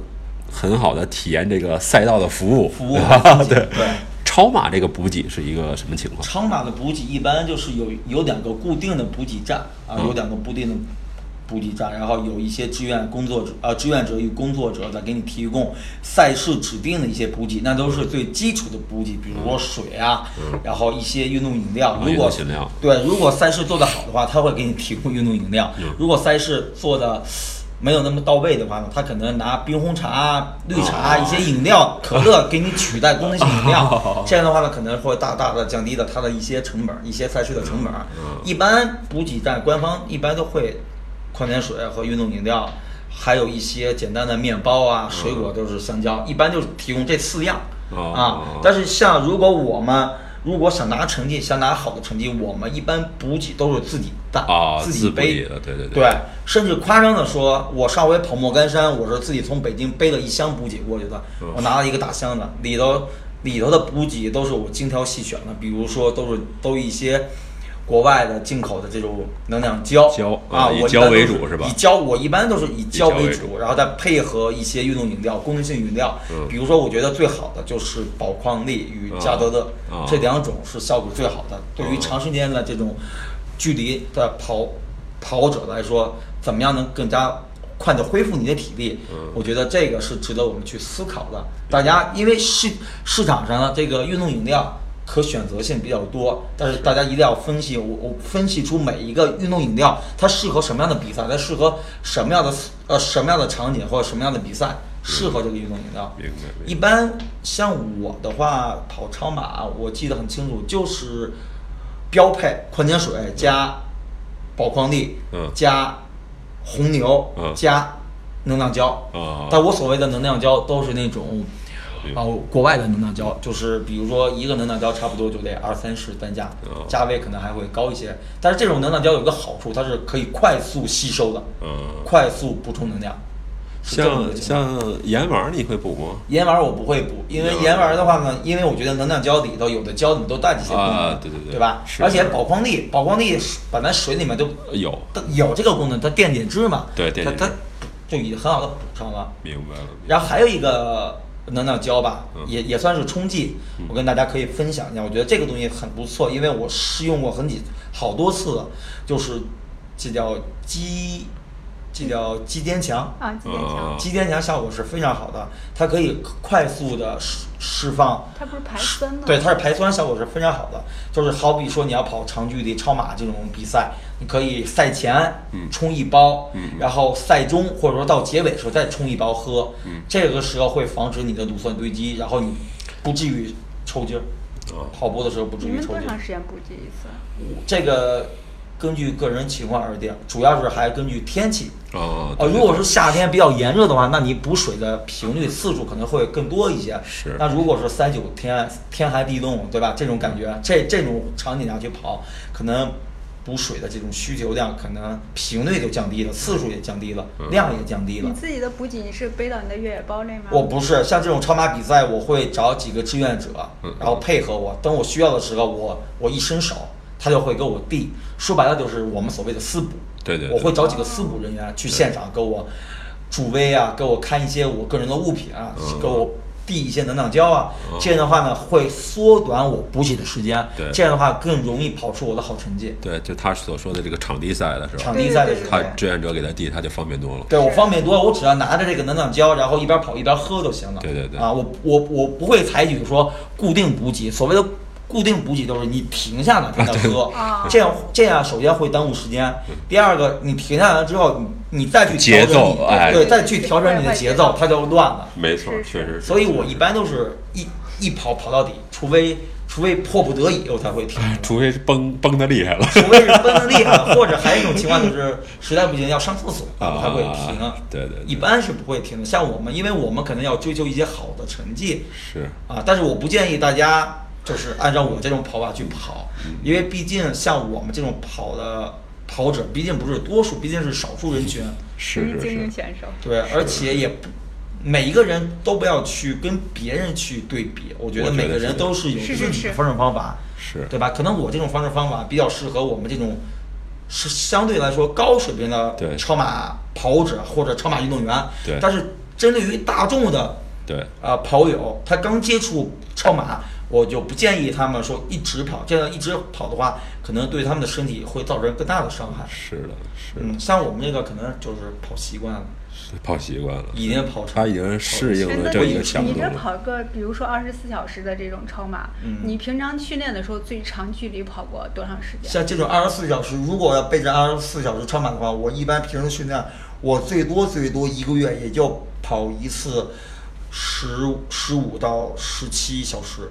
Speaker 2: 很好的体验这个赛道的服务，
Speaker 4: 服
Speaker 2: (laughs)
Speaker 4: 务
Speaker 2: 对吧
Speaker 4: 对
Speaker 2: 对。超马这个补给是一个什么情况？
Speaker 4: 超马的补给一般就是有有两个固定的补给站啊，
Speaker 2: 嗯
Speaker 4: 有两个固定的补给站，然后有一些志愿工作者呃志愿者与工作者在给你提供赛事指定的一些补给，那都是最基础的补给，比如说水啊，然后一些运动饮料。
Speaker 2: 啊
Speaker 4: 如
Speaker 2: 嗯运
Speaker 4: 果
Speaker 2: 动饮料
Speaker 4: 对，如果赛事做得好的话，他会给你提供运动饮料；如果赛事做的没有那么到位的话呢，他可能拿冰红茶、绿茶、一些饮料、可乐给你取代供那些饮料。这样的话呢，可能会大大的降低了它的一些成本，一些赛事的成本。一般补给站官方一般都会矿泉水和运动饮料。还有一些简单的面包啊、水果，都是香蕉，一般就是提供这四样
Speaker 2: 哦
Speaker 4: 啊。但是像如果我们如果想拿成绩，想拿好的成绩，我们一般补给都是自己带、
Speaker 2: 啊
Speaker 4: 自
Speaker 2: 自
Speaker 4: 己
Speaker 2: 补
Speaker 4: 背
Speaker 2: 给的对对
Speaker 4: 对
Speaker 2: 对
Speaker 4: 甚至夸张的说，我上回跑莫干山，我是自己从北京背了一箱补给过去的，
Speaker 2: 嗯
Speaker 4: 我拿了一个大箱子，里头里头的补给都是我精挑细选的，比如说都是都一些。国外的进口的这种能量胶
Speaker 2: 胶
Speaker 4: 啊，
Speaker 2: 啊
Speaker 4: 我
Speaker 2: 以
Speaker 4: 一般
Speaker 2: 胶为
Speaker 4: 都
Speaker 2: 主是吧
Speaker 4: 以胶，我一般都是以胶
Speaker 2: 以胶
Speaker 4: 为
Speaker 2: 为
Speaker 4: 主，然后再配合一些运动饮料、功能性饮料，
Speaker 2: 嗯
Speaker 4: 比如说我觉得最好的就是宝矿力与加德乐、
Speaker 2: 啊啊
Speaker 4: 这两种是效果最好的。对
Speaker 2: 啊
Speaker 4: 于长时间的这种距离的跑跑者来说，怎么样能更加快的恢复你的体力？
Speaker 2: 嗯
Speaker 4: 我觉得这个是值得我们去思考的。大家因为市市场上的这个运动饮料可选择性比较多，但是大家一定要分析，我我分析出每一个运动饮料它适合什么样的比赛，它适合什么样的呃什么样的场景或者什么样的比赛适合这个运动饮料。
Speaker 2: 明白明白
Speaker 4: 一般像我的话，跑超马，我记得很清楚，就是标配矿泉水加宝矿力，
Speaker 2: 嗯
Speaker 4: 加红牛，
Speaker 2: 嗯
Speaker 4: 加能量胶。
Speaker 2: 啊
Speaker 4: 但我所谓的能量胶都是那种
Speaker 2: 明，白
Speaker 4: 哦，国外的能量胶，就是比如说一个能量胶差不多就得二三十单价
Speaker 2: 哦，
Speaker 4: 价位可能还会高一些。但是这种能量胶有一个好处，它是可以快速吸收的，
Speaker 2: 嗯，
Speaker 4: 快速补充能量。是这么一
Speaker 2: 像
Speaker 4: 个情况
Speaker 2: 像盐丸儿你会补吗？
Speaker 4: 盐丸我不会补，因为盐丸的话呢，因为我觉得能量胶里头有的胶你都带这些功能，
Speaker 2: 啊对对对
Speaker 4: 对，吧？
Speaker 2: 是
Speaker 4: 而且
Speaker 2: 是
Speaker 4: 宝矿力，宝矿力本来水里面就
Speaker 2: 有，
Speaker 4: 它有这个功能，它电解质嘛，
Speaker 2: 对电解质
Speaker 4: 它它就已经很好的补上了。
Speaker 2: 明白了。
Speaker 4: 然后还有一个能量胶吧，
Speaker 2: 嗯
Speaker 4: 也也算是冲剂，我跟大家可以分享一下，我觉得这个东西很不错，因为我试用过很几好多次了，就是这叫肌，这叫肌坚强，
Speaker 3: 啊，几点强
Speaker 2: 啊？
Speaker 4: 肌坚强效果是非常好的，它可以快速的释释放。
Speaker 3: 它不是排酸吗？
Speaker 4: 对，它是排酸效果是非常好的，就是好比说你要跑长距离超马这种比赛，你可以赛前
Speaker 2: 嗯
Speaker 4: 冲一包，
Speaker 2: 嗯嗯
Speaker 4: 然后赛中或者说到结尾的时候再冲一包喝，
Speaker 2: 嗯
Speaker 4: 这个时候会防止你的乳酸堆积，然后你不至于抽筋儿，
Speaker 2: 啊
Speaker 4: 跑步的时候不至
Speaker 3: 你
Speaker 4: 于
Speaker 3: 们
Speaker 4: 抽
Speaker 3: 多
Speaker 4: 筋
Speaker 3: 长
Speaker 4: 儿。
Speaker 3: 时间补这一次？
Speaker 4: 这个根据个人情况而定，主要是还根据天气。
Speaker 2: 啊
Speaker 4: 哦，
Speaker 2: 对
Speaker 4: 如果是夏天比较炎热的话，那你补水的频率次数可能会更多一些。
Speaker 2: 是
Speaker 4: 那如果是三九天天寒地冻，对吧？这种感觉，这这种场景下去跑，可能补水的这种需求量可能频率就降低了，次数也降低了，
Speaker 2: 嗯
Speaker 4: 量也降低了
Speaker 3: 你。自己的补给你是背到你的越野包内吗？
Speaker 4: 我不是像这种超马比赛，我会找几个志愿者
Speaker 2: 嗯，
Speaker 4: 然后配合我。等我需要的时候，我我一伸手，他就会给我递。说白了就是我们所谓的私补。
Speaker 2: 对对对
Speaker 4: 我会找几个私补人员去现场给我助威啊，给我看一些我个人的物品啊，
Speaker 2: 嗯
Speaker 4: 给我递一些能量胶啊。
Speaker 2: 嗯
Speaker 4: 这样的话呢，会缩短我补给的时间。
Speaker 2: 对
Speaker 4: 这样的话更容易跑出我的好成绩。
Speaker 2: 对，就他所说的这个场地赛的是
Speaker 4: 场
Speaker 2: 吧？
Speaker 4: 地赛的
Speaker 3: 对
Speaker 4: 时
Speaker 3: 对
Speaker 4: 候
Speaker 2: 他。志愿者给他递，他就方便多了。
Speaker 4: 对我
Speaker 3: 是
Speaker 4: 方便多，我只要拿着这个能量胶，然后一边跑一边喝就行了。
Speaker 2: 对对对
Speaker 4: 啊，我我我不会采取说固定补给，所谓的固定补给就是你停下来才能喝
Speaker 3: 啊，
Speaker 4: 这样这样首先会耽误时间，第二个你停下来之后，你你再去调整
Speaker 2: 节奏
Speaker 4: 你
Speaker 2: 哎
Speaker 4: 对，再去调整你的节奏，它就乱了。
Speaker 2: 没错，
Speaker 3: 是是
Speaker 2: 确实是。
Speaker 4: 所以我一般都是一一跑跑到底，除非除非迫不得已我才会停。
Speaker 2: 除非是崩崩的厉害了
Speaker 4: 除非是奔的厉害了，或者还有一种情况就是实在不行要上厕所，
Speaker 2: 啊
Speaker 4: 我才会停。
Speaker 2: 对对对
Speaker 4: 一般是不会停的。像我们，因为我们可能要追求一些好的成绩
Speaker 2: 是
Speaker 4: 啊，但是我不建议大家就是按照我这种跑法去跑，
Speaker 2: 嗯
Speaker 4: 因为毕竟像我们这种跑的跑者，毕竟不是多数，毕竟是少数人群。
Speaker 2: 是
Speaker 3: 你
Speaker 2: 是
Speaker 3: 是精英
Speaker 2: 是，
Speaker 3: 选手。
Speaker 4: 对，而且也不每一个人都不要去跟别人去对比，我觉
Speaker 2: 我
Speaker 4: 得
Speaker 2: 觉得
Speaker 4: 每个人
Speaker 2: 是
Speaker 4: 都是有
Speaker 3: 是
Speaker 4: 自
Speaker 3: 是
Speaker 4: 己的
Speaker 3: 是
Speaker 4: 方式方法，
Speaker 2: 是
Speaker 4: 对吧？可能我这种方式方法比较适合我们这种是相对来说高水平
Speaker 2: 对
Speaker 4: 的超马跑者或者超马运动员，
Speaker 2: 对
Speaker 4: 但是针对于大众的
Speaker 2: 对
Speaker 4: 啊、跑友，他刚接触超马，我就不建议他们说一直跑，这样一直跑的话，可能对他们的身体会造成更大的伤害。
Speaker 2: 是的，是的
Speaker 4: 嗯，像我们这个可能就是跑习惯了，
Speaker 2: 跑习惯了，
Speaker 4: 已经跑
Speaker 2: 他
Speaker 4: 长
Speaker 2: 已经适应了
Speaker 3: 那
Speaker 2: 这一
Speaker 3: 你
Speaker 2: 个强
Speaker 3: 你
Speaker 2: 度
Speaker 3: 这
Speaker 2: 了。
Speaker 3: 跑个，比如说二十四小时的这种超马，
Speaker 4: 嗯
Speaker 3: 你平常训练的时候最长距离跑过多长时间？
Speaker 4: 像这种二十四小时，如果要备战二十四小时超马的话，我一般平时训练，我最多最多一个月也就跑一次十十五到十七小时，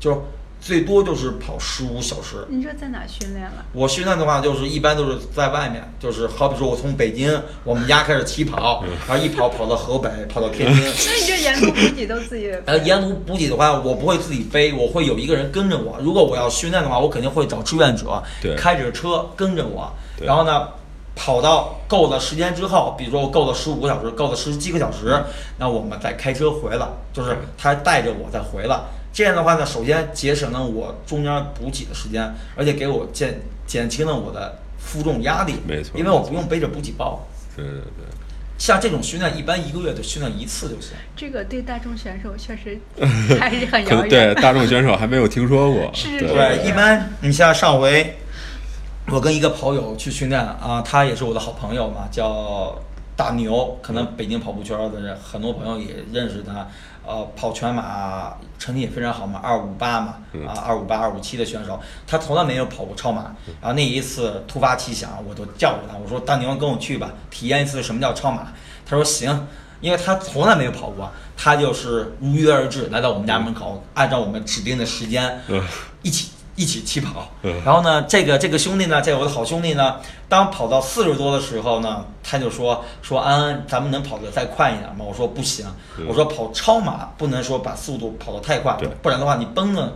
Speaker 4: 就最多就是跑十五小时。
Speaker 3: 你这在哪训练了？
Speaker 4: 我训练的话，就是一般都是在外面，就是好比说我从北京我们家开始起
Speaker 2: 嗯
Speaker 4: 跑，然后一跑跑到河北，跑到天津，
Speaker 3: 那你这沿途补给都自己
Speaker 4: 呃，沿途补给的话，我不会自己背，我会有一个人跟着我。如果我要训练的话，我肯定会找志愿者
Speaker 2: 对
Speaker 4: 开着车跟着我。
Speaker 2: 对
Speaker 4: 然后呢，跑到够了时间之后，比如说我够了十五个小时，够了十七个小时，那我们再开车回来，就是他带着我再回来。这样的话呢，首先节省了我中间补给的时间，而且给我减减轻了我的负重压力。
Speaker 2: 没错
Speaker 4: 因为我不用背着补给包。
Speaker 2: 对对对，
Speaker 4: 像这种训练，一般一个月就训练一次就行。
Speaker 3: 这个对大众选手确实还是很
Speaker 2: 可
Speaker 3: 遥
Speaker 2: 能 (laughs) 对
Speaker 3: 远。
Speaker 2: 大众选手还没有听说过。
Speaker 3: 是
Speaker 2: 对
Speaker 3: 是
Speaker 4: 对，一般你像上回我跟一个跑友去训练啊，他也是我的好朋友嘛，叫大牛，可
Speaker 2: 嗯
Speaker 4: 能北京跑步圈的人很多朋友也认识他。呃，跑全马成绩也非常好嘛，二五八嘛，
Speaker 2: 嗯
Speaker 4: 啊，二五八、二五七的选手，他从来没有跑过超马。
Speaker 2: 嗯
Speaker 4: 然后那一次突发奇想，我就叫住他，我说：“大牛，跟我去吧，体验一次什么叫超马。”他说：“行。”因为他从来没有跑过，他就是如约而至来到我们家门口，按照我们指定的时间，
Speaker 2: 嗯
Speaker 4: 一起一起起跑。然后呢，这个这个兄弟呢，这个我的好兄弟呢，当跑到四十多的时候呢，他就说说安安，咱们能跑得再快一点吗？我说不行，我说跑超马不能说把速度跑得太快
Speaker 2: 嗯对，
Speaker 4: 不然的话你崩了。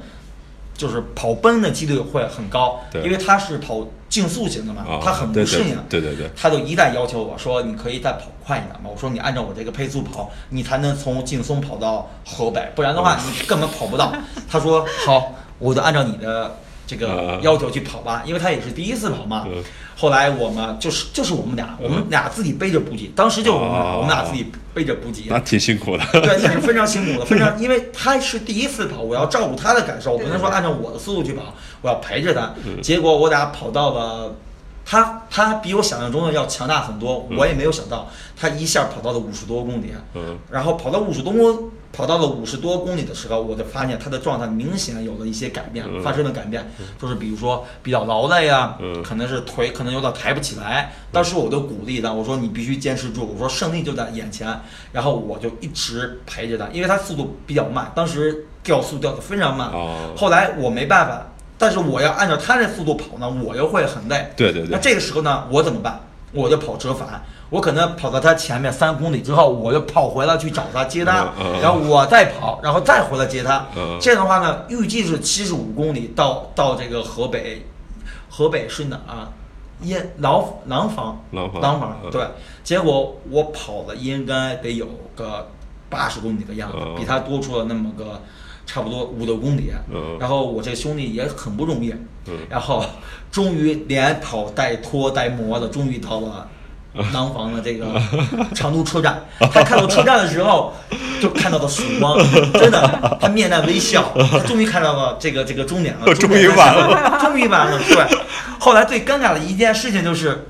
Speaker 4: 就是跑崩的几率会很高，
Speaker 2: 对
Speaker 4: 因为他是跑竞速型的嘛，
Speaker 2: 啊
Speaker 4: 他很不适应，
Speaker 2: 对对对对对
Speaker 4: 他就一再要求我说，你可以再跑快一点嘛。我说你按照我这个配速跑，你才能从劲松跑到河北，不然的话
Speaker 2: 哦
Speaker 4: 你根本跑不到。他
Speaker 2: (laughs)
Speaker 4: 说好，我就按照你的这个要求去跑吧，因为他也是第一次跑嘛
Speaker 2: 啊嗯。
Speaker 4: 后来我们就是就是我们俩，我们俩自己背着补给，当时就我们俩，
Speaker 2: 哦
Speaker 4: 我们俩自己背着补给
Speaker 2: 那。挺辛苦的。
Speaker 4: (laughs) 对，这是非常辛苦的，非常，因为他是第一次跑，我要照顾他的感受，我不能说按照我的速度去跑，我要陪着他。结果我俩跑到了，他他比我想象中的要强大很多，我也没有想到，他一下跑到了五十多公里，啊
Speaker 2: 嗯
Speaker 4: 然后跑到五十多公跑到了五十多公里的时候，我就发现他的状态明显有了一些改变，发生了改变，就是比如说比较劳累啊，
Speaker 2: 嗯
Speaker 4: 可能是腿可能有点抬不起来。当时我就鼓励他，我说你必须坚持住，我说胜利就在眼前。然后我就一直陪着他，因为他速度比较慢，当时掉速掉的非常慢。
Speaker 2: 哦
Speaker 4: 后来我没办法，但是我要按照他这速度跑呢，我又会很累。
Speaker 2: 对对对
Speaker 4: 那这个时候呢，我怎么办？我就跑折返，我可能跑到他前面三公里之后，我就跑回来去找他接他，
Speaker 2: 嗯嗯
Speaker 4: 然后我再跑，然后再回来接他。
Speaker 2: 嗯
Speaker 4: 这样的话呢，预计是七十五公里到到这个河北，河北是哪儿啊？燕廊廊坊，
Speaker 2: 廊坊
Speaker 4: 廊坊
Speaker 2: 嗯
Speaker 4: 对。结果我跑了应该得有个八十公里的样子
Speaker 2: 嗯，
Speaker 4: 比他多出了那么个差不多五六公里。
Speaker 2: 嗯
Speaker 4: 然后我这兄弟也很不容易，
Speaker 2: 嗯
Speaker 4: 然后终于连跑带拖带磨的，终于到了。廊坊的这个
Speaker 2: (laughs)
Speaker 4: 长途车站，他看到车站的时候，就看到了曙
Speaker 2: (laughs)
Speaker 4: 光，真的，他面带微笑，他终于看到了这个这个终点了，
Speaker 2: (laughs) 终于完
Speaker 4: 了，终于完了。对，后来最尴尬的一件事情就是，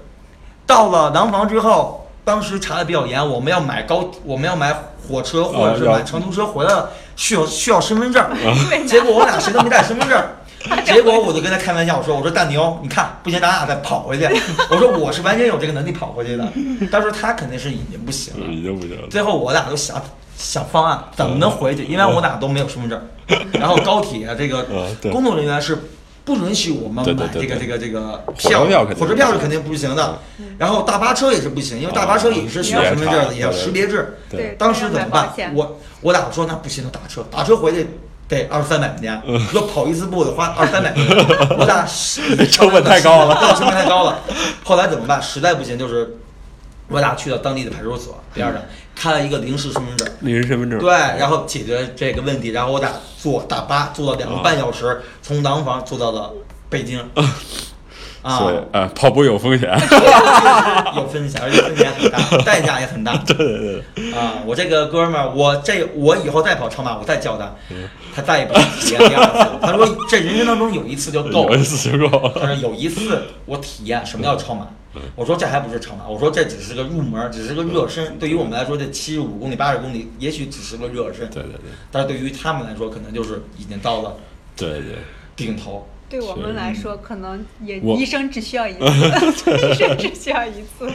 Speaker 4: 到了廊坊之后，当时查的比较严，我们要买高，我们要买火车或者是
Speaker 2: 啊要
Speaker 4: 买长途车回来了，需要需要身份证儿
Speaker 3: 对，
Speaker 4: 结果我俩谁都没带身份证儿。结果我就跟他开玩笑，我说我说大牛，你看不行，咱俩再跑回去。我说我是完全有这个能力跑回去的，但是他肯定是已经不行了。
Speaker 2: 已经不行了。
Speaker 4: 最后我俩都想想方案怎么能回去，因为我俩都没有身
Speaker 2: (laughs)
Speaker 4: 份证儿。然后高铁这个
Speaker 2: 嗯对
Speaker 4: 工作人员是不允许我们
Speaker 2: 对对
Speaker 4: 买
Speaker 2: 对
Speaker 4: 这个
Speaker 2: 对
Speaker 4: 这个这个
Speaker 2: 火车票肯定啊
Speaker 4: 火车票是肯定不行的。
Speaker 3: 嗯
Speaker 4: 然后大巴车也是不行，因为大巴车也是需要
Speaker 2: 也
Speaker 4: 身份证
Speaker 2: 查
Speaker 4: 的，也要
Speaker 2: 对
Speaker 4: 识别制。
Speaker 3: 对，
Speaker 4: 当时怎
Speaker 3: 买
Speaker 4: 么办
Speaker 3: 保险？
Speaker 4: 我我俩说那不行，就打车，打车回去得二三百块钱，
Speaker 2: 嗯
Speaker 4: 说跑一次步得花二三百块
Speaker 2: (laughs)
Speaker 4: 钱，我俩实
Speaker 2: 成本太高了
Speaker 4: 对， (laughs) 成本太高了。后来怎么办？实在不行就是我俩去到当地的派出所
Speaker 2: 嗯
Speaker 4: 边上开了一个临时身份证，
Speaker 2: 临时身份证。
Speaker 4: 对，然后解决这个问题，然后我俩坐大巴坐了两个半小
Speaker 2: 啊
Speaker 4: 时，从廊坊坐到了北京，啊
Speaker 2: 所，以啊，跑步有风险。
Speaker 4: 有风险，而且风险很大，
Speaker 2: (laughs)
Speaker 4: 代价也很大。对对对。啊，我这个哥们儿，我这我以后再跑超马，我再教他，
Speaker 2: 嗯
Speaker 4: 他再也不体验第二次了。他说这人生当中有一次就够
Speaker 2: 有 (laughs)
Speaker 4: 了
Speaker 2: 一。次就够
Speaker 4: 他说有一次我体验什么叫超马，我说这还不是超马，我说这只是个入门，只是个热身。对于我们来说，这七十五公里、八十公里，也许只是个热身。
Speaker 2: 对对对
Speaker 4: 但是对于他们来说，可能就是已经到了
Speaker 2: 对对。
Speaker 4: 顶头。
Speaker 3: 对我们来说，可能也
Speaker 2: 我
Speaker 3: 一生只需要一
Speaker 2: (laughs)
Speaker 3: 次，一生只需要一次。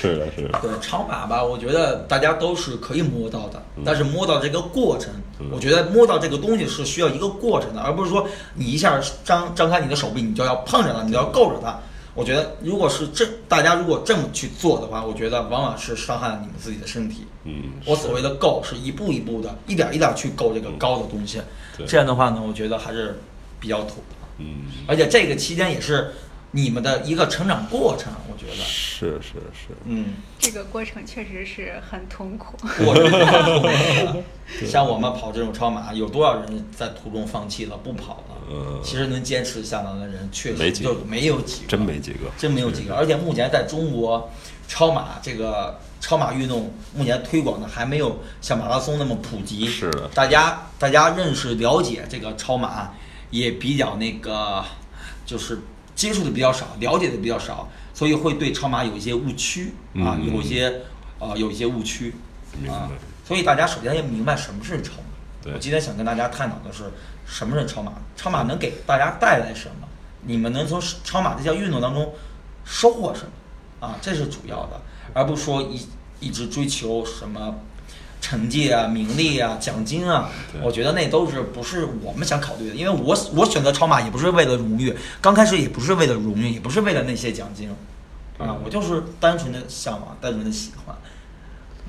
Speaker 2: 是的，是的，
Speaker 4: 对超马吧，我觉得大家都是可以摸到的，
Speaker 2: 嗯
Speaker 4: 但是摸到这个过程，我觉得摸到这个东西是需要一个过程的，而不是说你一下张张开你的手臂，你就要碰着它，你就要够着它。我觉得如果是这大家如果这么去做的话，我觉得往往是伤害了你们自己的身体。
Speaker 2: 嗯，
Speaker 4: 我所谓的够是一步一步的，一点一点去够这个高的东西。
Speaker 2: 嗯对
Speaker 4: 这样的话呢，我觉得还是比较土的。
Speaker 2: 嗯，
Speaker 4: 而且这个期间也是你们的一个成长过程，我觉得，
Speaker 2: 是是是，
Speaker 4: 嗯，
Speaker 3: 这个过程确实是很痛苦。
Speaker 2: (laughs)
Speaker 4: 过程中像我们跑这种超马，有多少人在途中放弃了不跑了
Speaker 2: 嗯？
Speaker 4: 其实能坚持下来的人，确
Speaker 2: 没
Speaker 4: 实
Speaker 2: 几个
Speaker 4: 就没有几个，
Speaker 2: 真没几个，
Speaker 4: 真没有几个。而且目前在中国，超马这个超马运动目前推广的还没有像马拉松那么普及。
Speaker 2: 是的
Speaker 4: 大家大家认识了解这个超马也比较那个，就是接触的比较少，了解的比较少，所以会对超马有一些误区啊，
Speaker 2: 嗯
Speaker 4: 有一些呃有一些误区
Speaker 2: 明白
Speaker 4: 啊。所以大家首先要明白什么是超马。
Speaker 2: 对
Speaker 4: 我今天想跟大家探讨的是什么是超马，超马能给大家带来什么？你们能从超马这项运动当中收获什么？啊，这是主要的，而不是说一一直追求什么成绩啊、名利啊、奖金啊
Speaker 2: 对，
Speaker 4: 我觉得那都是不是我们想考虑的。因为我我选择超马也不是为了荣誉，刚开始也不是为了荣誉，也不是为了那些奖金，啊，我就是单纯的向往，单纯的喜欢。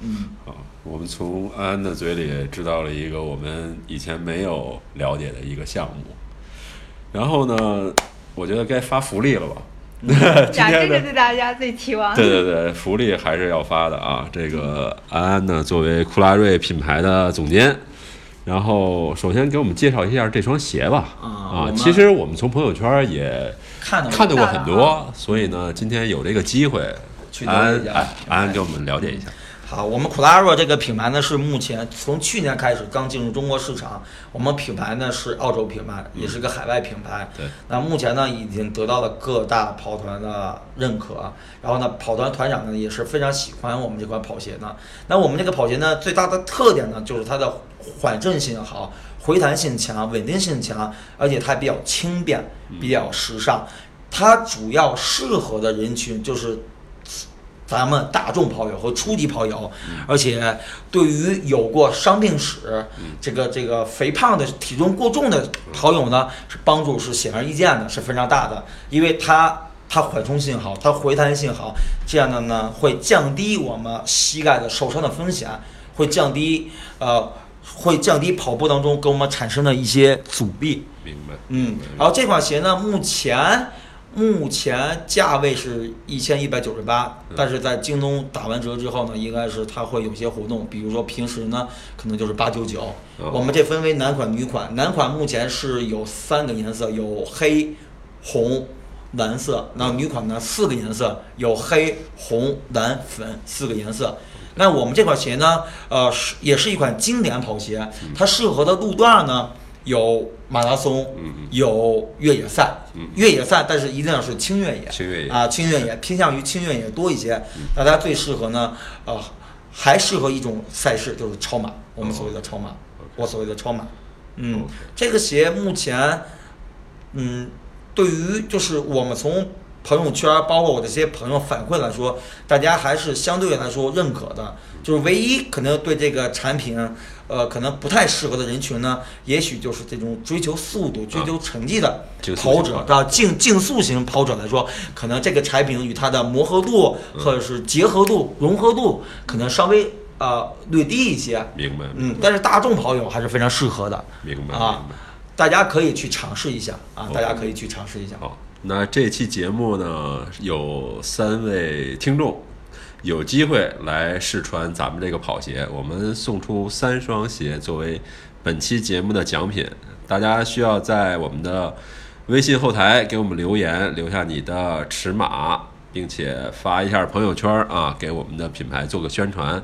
Speaker 4: 嗯，
Speaker 2: 好，啊我们从安安的嘴里知道了一个我们以前没有了解的一个项目，然后呢，我觉得该发福利了吧？呃
Speaker 3: (laughs)
Speaker 2: 今
Speaker 3: 呀，这
Speaker 2: 天
Speaker 3: 是
Speaker 2: 的
Speaker 3: 对大家最期
Speaker 4: 啊
Speaker 3: 望。
Speaker 2: 对对对，福利还是要发的啊。这个安安呢，作为库拉瑞品牌的总监，然后首先给我们介绍一下这双鞋吧。
Speaker 4: 啊
Speaker 2: 啊
Speaker 4: 我，们
Speaker 2: 其实我们从朋友圈也
Speaker 4: 看 (laughs) 到
Speaker 2: 看到过
Speaker 3: 看到
Speaker 2: 很多，所以呢，今天有这个机会，
Speaker 4: 去
Speaker 2: 安
Speaker 4: 了解
Speaker 2: 安
Speaker 4: 一下
Speaker 2: 哎安安给我们了解一下。
Speaker 4: 好，我们 c o l a r a 这个品牌呢，是目前从去年开始刚进入中国市场。我们品牌呢是澳洲品牌，也是个海外品牌。
Speaker 2: 对
Speaker 4: 那目前呢，已经得到了各大跑团的认可。然后呢，跑团团长呢也是非常喜欢我们这款跑鞋呢。那我们这个跑鞋呢，最大的特点呢，就是它的缓震性好，回弹性强，稳定性强，而且它比较轻便，比较时尚。它主要适合的人群就是咱们大众跑友和初级跑友，而且对于有过伤病史、这个这个肥胖的体重过重的跑友呢，是帮助是显而易见的，是非常大的，因为它它缓冲性好，它回弹性好，这样的呢会降低我们膝盖的受伤的风险，会降低呃会降低跑步当中给我们产生的一些阻力。
Speaker 2: 明白。
Speaker 4: 嗯，然后这款鞋呢，目前目前价位是一千一百九十八，但是在京东打完折之后呢，应该是它会有些活动，比如说平时呢可能就是八九九。
Speaker 2: 哦
Speaker 4: 我们这分为男款、女款，男款目前是有三个颜色，有黑、红、蓝色。那女款呢，四个颜色，有黑、红、蓝、粉四个颜色。那我们这款鞋呢，呃，是也是一款经典跑鞋，
Speaker 2: 嗯
Speaker 4: 它适合的路段呢有马拉松，
Speaker 2: 嗯
Speaker 4: 有越野赛，越野赛，但是一定要是轻越野，
Speaker 2: 轻越野
Speaker 4: 啊，轻越野偏向于轻越野多一些。大家最适合呢，呃，还适合一种赛事，就是超马，我们所谓的超马，我所谓的超马。嗯
Speaker 2: OK，
Speaker 4: 这个鞋目前，嗯，对于就是我们从朋友圈，包括我的这些朋友反馈来说，大家还是相对来说认可的。就是唯一可能对这个产品，呃，可能不太适合的人群呢，也许就是这种追求速度、追求成绩的
Speaker 2: 竞速型
Speaker 4: 跑者
Speaker 2: 跑者
Speaker 4: 啊，竞竞速型跑者来说，可能这个产品与它的磨合度或者是结合度、融合度，可能稍微呃略低一些。
Speaker 2: 明白，
Speaker 4: 嗯，但是大众跑友还是非常适合的
Speaker 2: 明白，明白
Speaker 4: 啊。，大家可以去尝试一下啊，
Speaker 2: OK
Speaker 4: 大家可以去尝试一下。
Speaker 2: 好，那这期节目呢，有三位听众有机会来试穿咱们这个跑鞋，我们送出三双鞋作为本期节目的奖品。大家需要在我们的微信后台给我们留言，留下你的尺码，并且发一下朋友圈啊，给我们的品牌做个宣传。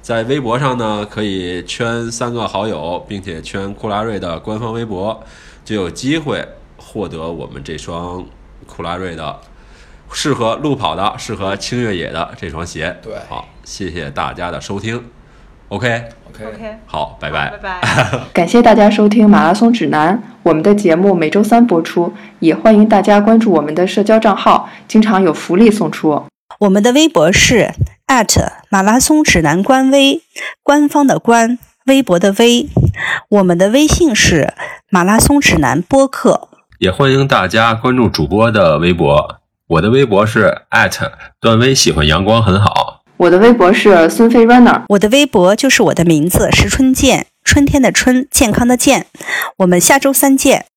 Speaker 2: 在微博上呢，可以圈三个好友，并且圈库拉瑞的官方微博，就有机会获得我们这双库拉瑞的适合路跑的、适合轻越野的这双鞋。
Speaker 4: 对
Speaker 2: 好，谢谢大家的收听。OK，
Speaker 3: OK，
Speaker 2: 好，拜
Speaker 3: 好
Speaker 2: 拜。
Speaker 3: 拜拜。
Speaker 1: 感谢大家收听《马拉松指南》，我们的节目每周三播出，也欢迎大家关注我们的社交账号，经常有福利送出哦。
Speaker 5: 我们的微博是马拉松指南官微，官方的官，微博的微。我们的微信是马拉松指南播客。
Speaker 2: 也欢迎大家关注主播的微博，我的微博是段威喜欢阳光很好。
Speaker 1: 我的微博是孙飞 runner，
Speaker 5: 我的微博就是我的名字石春健，春天的春，健康的健。我们下周三见。